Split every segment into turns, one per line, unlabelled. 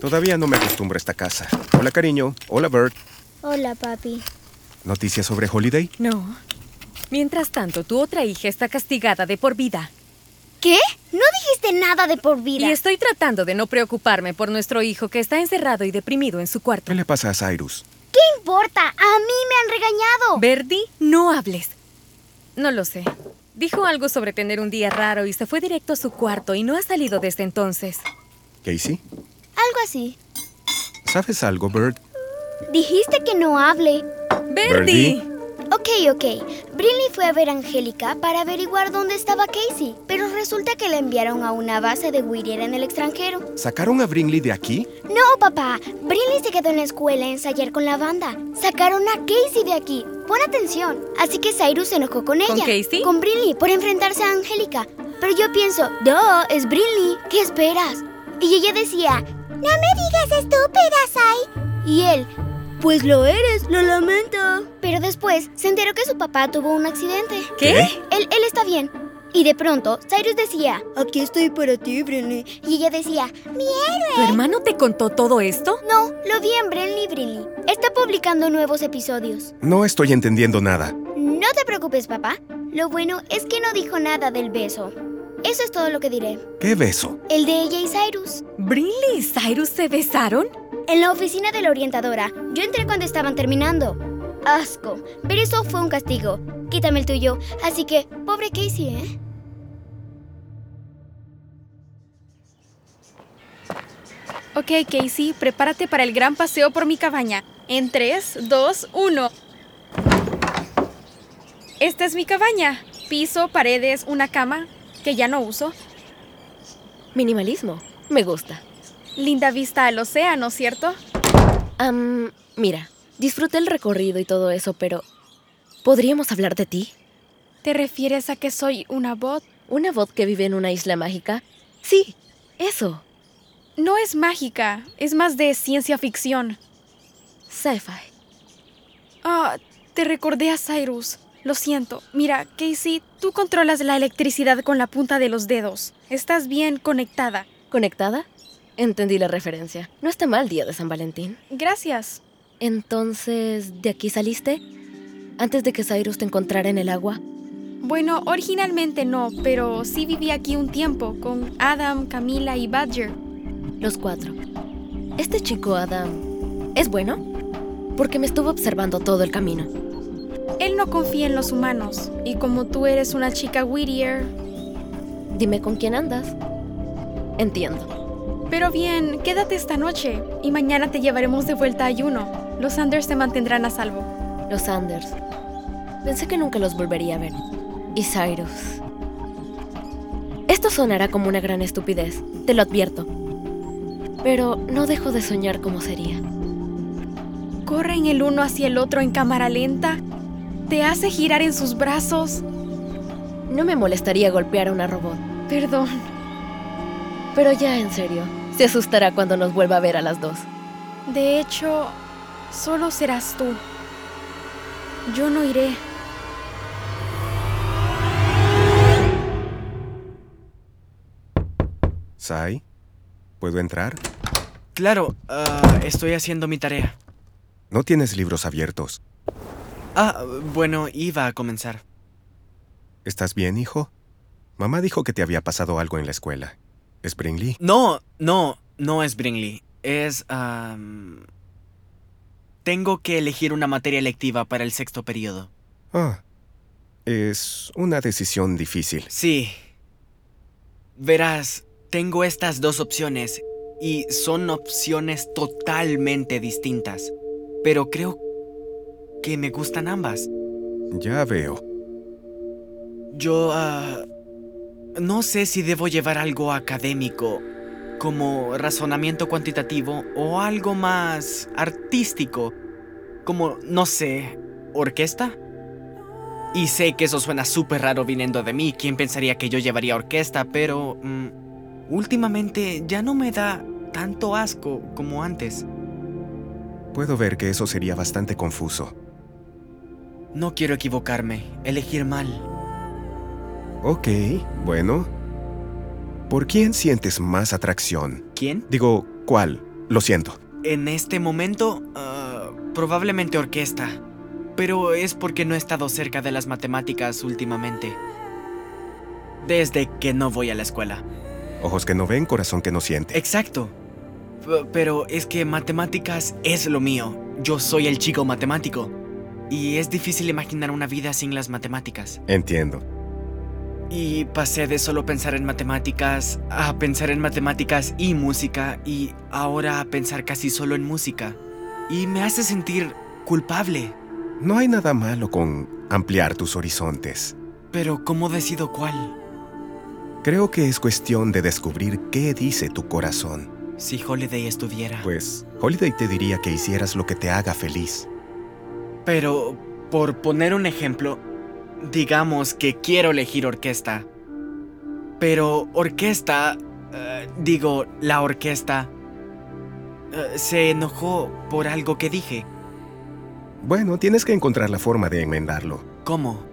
Todavía no me acostumbro a esta casa. Hola, cariño. Hola, Bert.
Hola, papi.
¿Noticias sobre Holiday?
No. Mientras tanto, tu otra hija está castigada de por vida.
¿Qué? No dijiste nada de por vida.
Y estoy tratando de no preocuparme por nuestro hijo que está encerrado y deprimido en su cuarto.
¿Qué le pasa a Cyrus?
¿Qué importa? A mí me han regañado.
Verdi, no hables. No lo sé. Dijo algo sobre tener un día raro y se fue directo a su cuarto y no ha salido desde entonces.
¿Casey?
Algo así.
¿Sabes algo, Bert?
Dijiste que no hable.
¡Verdi!
Verdi.
Ok, ok. Brinley fue a ver a Angélica para averiguar dónde estaba Casey, pero resulta que la enviaron a una base de Whittier en el extranjero.
¿Sacaron a Brinley de aquí?
No, papá. Brinley se quedó en la escuela a ensayar con la banda. Sacaron a Casey de aquí. Pon atención. Así que Cyrus se enojó con ella.
¿Con Casey?
Con Brinley por enfrentarse a Angélica. Pero yo pienso, no, es Brinley. ¿Qué esperas? Y ella decía, no me digas estúpida, Sai. Y él, pues lo eres, lo lamento. Pero después se enteró que su papá tuvo un accidente.
¿Qué?
Él, él está bien. Y de pronto, Cyrus decía, aquí estoy para ti, Brinley. Y ella decía, mi héroe.
¿Tu hermano te contó todo esto?
No, lo vi en Brenly Brinley. Está publicando nuevos episodios.
No estoy entendiendo nada.
No te preocupes, papá. Lo bueno es que no dijo nada del beso. Eso es todo lo que diré.
¿Qué beso?
El de ella y Cyrus.
¿Brinley y Cyrus se besaron?
En la oficina de la orientadora. Yo entré cuando estaban terminando. Asco. Pero eso fue un castigo. Quítame el tuyo. Así que, pobre Casey, ¿eh?
Ok, Casey, prepárate para el gran paseo por mi cabaña. En 3, 2, 1. Esta es mi cabaña. Piso, paredes, una cama, que ya no uso.
Minimalismo. Me gusta.
Linda vista al océano, ¿cierto?
Am, mira, disfruté el recorrido y todo eso, pero... ¿Podríamos hablar de ti?
¿Te refieres a que soy una bot?
¿Una bot que vive en una isla mágica? Sí, eso.
No es mágica, es más de ciencia ficción.
Sci-fi.
Ah, te recordé a Cyrus. Lo siento. Mira, Casey, tú controlas la electricidad con la punta de los dedos. Estás bien conectada.
¿Conectada? Entendí la referencia. No está mal día de San Valentín.
Gracias.
Entonces, ¿de aquí saliste? ¿Antes de que Cyrus te encontrara en el agua?
Bueno, originalmente no, pero sí viví aquí un tiempo con Adam, Camila y Badger.
Los cuatro. Este chico, Adam, ¿es bueno? Porque me estuvo observando todo el camino.
Él no confía en los humanos y como tú eres una chica Whittier,
Dime con quién andas. Entiendo.
pero bien, quédate esta noche y mañana te llevaremos de vuelta a Ayuno. Los Anders te mantendrán a salvo.
Los Anders. Pensé que nunca los volvería a ver. Y Cyrus. Esto sonará como una gran estupidez, te lo advierto. Pero no dejo de soñar cómo sería.
Corren el uno hacia el otro en cámara lenta. Te hace girar en sus brazos.
No me molestaría golpear a una robot.
Perdón.
Pero ya en serio, se asustará cuando nos vuelva a ver a las dos.
De hecho, solo serás tú. Yo no iré.
¿Sai? ¿Puedo entrar?
Claro, ah, estoy haciendo mi tarea.
No tienes libros abiertos.
Ah, bueno, iba a comenzar.
¿Estás bien, hijo? Mamá dijo que te había pasado algo en la escuela. ¿Es Brinley?
No, no, no es Brinley. Es... ah, tengo que elegir una materia electiva para el sexto periodo.
Ah. Es una decisión difícil.
Sí. Verás, tengo estas dos opciones y son opciones totalmente distintas. Pero creo que me gustan ambas.
Ya veo.
Yo... ah, no sé si debo llevar algo académico, como razonamiento cuantitativo, o algo más artístico, como, no sé, orquesta. Y sé que eso suena súper raro viniendo de mí, ¿quién pensaría que yo llevaría orquesta? Pero... mm, últimamente ya no me da tanto asco como antes.
Puedo ver que eso sería bastante confuso.
No quiero equivocarme, elegir mal.
Ok, bueno. ¿Por quién sientes más atracción?
¿Quién?
Digo, ¿cuál? Lo siento.
En este momento, ah, probablemente orquesta. Pero es porque no he estado cerca de las matemáticas últimamente. Desde que no voy a la escuela.
Ojos que no ven, corazón que no siente.
Exacto. P- Pero es que matemáticas es lo mío. Yo soy el chico matemático. Y es difícil imaginar una vida sin las matemáticas.
Entiendo.
Y pasé de solo pensar en matemáticas a pensar en matemáticas y música y ahora a pensar casi solo en música. Y me hace sentir culpable.
No hay nada malo con ampliar tus horizontes.
Pero ¿cómo decido cuál?
Creo que es cuestión de descubrir qué dice tu corazón.
Si Holiday estuviera.
Pues Holiday te diría que hicieras lo que te haga feliz.
Pero, por poner un ejemplo, digamos que quiero elegir orquesta. Pero orquesta, eh, digo, la orquesta, eh, se enojó por algo que dije.
Bueno, tienes que encontrar la forma de enmendarlo.
¿Cómo?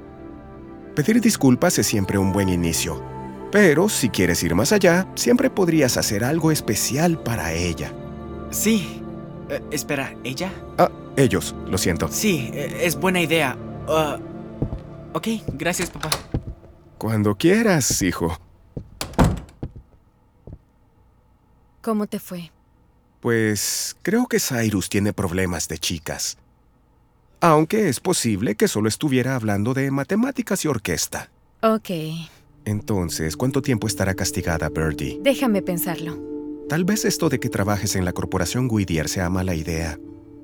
Pedir disculpas es siempre un buen inicio. Pero si quieres ir más allá, siempre podrías hacer algo especial para ella.
Sí. Eh, espera, ¿ella?
Ah, ellos, lo siento.
Sí, eh, es buena idea. Ah, ok, gracias papá.
Cuando quieras, hijo.
¿Cómo te fue?
Pues creo que Cyrus tiene problemas de chicas. Aunque es posible que solo estuviera hablando de matemáticas y orquesta.
Ok,
Entonces, ¿cuánto tiempo estará castigada Birdie?
déjame pensarlo.
Tal vez esto de que trabajes en la corporación Whittier sea mala idea.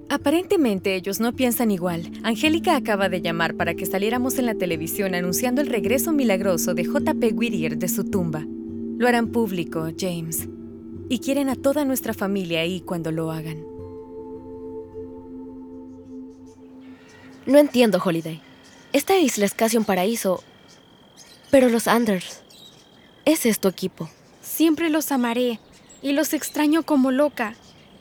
Aparentemente ellos no piensan igual. Angélica acaba de llamar para que saliéramos en la televisión anunciando el regreso milagroso de JP Whittier de su tumba. Lo harán público, James. Y quieren a toda nuestra familia ahí cuando lo hagan.
No entiendo, Holiday. Esta isla es casi un paraíso. Pero los Anders. Ese es tu equipo.
Siempre los amaré y los extraño como loca,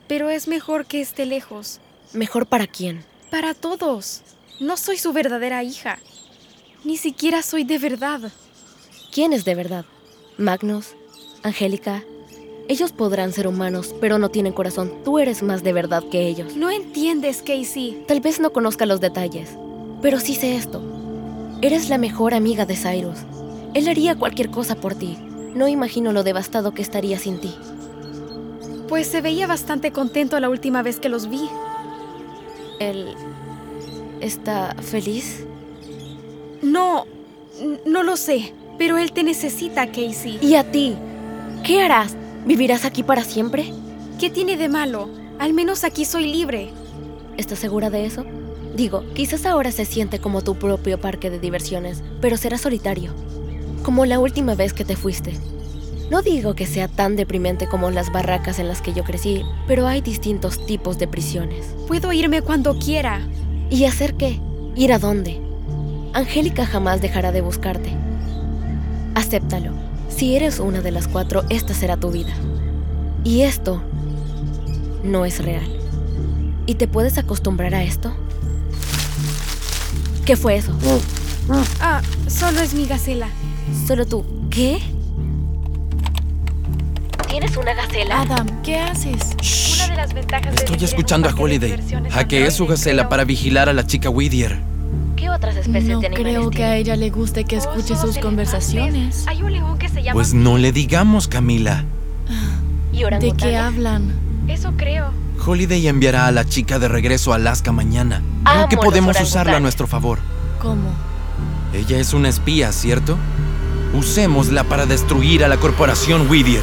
pero es mejor que esté lejos.
¿Mejor para quién?
Para todos. No soy su verdadera hija. Ni siquiera soy de verdad.
¿Quién es de verdad? Magnus, Angélica. Ellos podrán ser humanos, pero no tienen corazón. Tú eres más de verdad que ellos.
No entiendes, Casey.
Tal vez no conozca los detalles, pero sí sé esto. Eres la mejor amiga de Cyrus. Él haría cualquier cosa por ti. No imagino lo devastado que estaría sin ti.
Pues se veía bastante contento la última vez que los vi.
Él está feliz.
No, n- no lo sé, pero él te necesita, Casey.
¿Y a ti? ¿Qué harás? ¿Vivirás aquí para siempre?
¿Qué tiene de malo? Al menos aquí soy libre.
¿Estás segura de eso? Digo, quizás ahora se siente como tu propio parque de diversiones, pero será solitario. Como la última vez que te fuiste. No digo que sea tan deprimente como las barracas en las que yo crecí, pero hay distintos tipos de prisiones.
Puedo irme cuando quiera.
¿Y hacer qué? ¿Ir a dónde? Angélica jamás dejará de buscarte. Acéptalo. Si eres una de las cuatro, esta será tu vida. Y esto no es real. ¿Y te puedes acostumbrar a esto? ¿Qué fue eso?
Ah, solo es mi gacela.
Solo tú. ¿Qué? ¿Tienes una gacela?
Adam, ¿qué haces?
Estoy escuchando a Holiday. Hackeé su gacela para vigilar a la chica Whittier.
¿Qué otras especies
No
de animales
creo que
tiene?
a ella le guste que escuche sus conversaciones.
Pues no le digamos, Camila.
¿Y
¿De qué
orangutanes?
hablan?
Holiday enviará a la chica de regreso a Alaska mañana. Creo
Amo
que
los
podemos
orangutanes.
usarlo a nuestro favor.
¿Cómo?
Ella es una espía, ¿cierto? Usémosla para destruir a la corporación Whittier.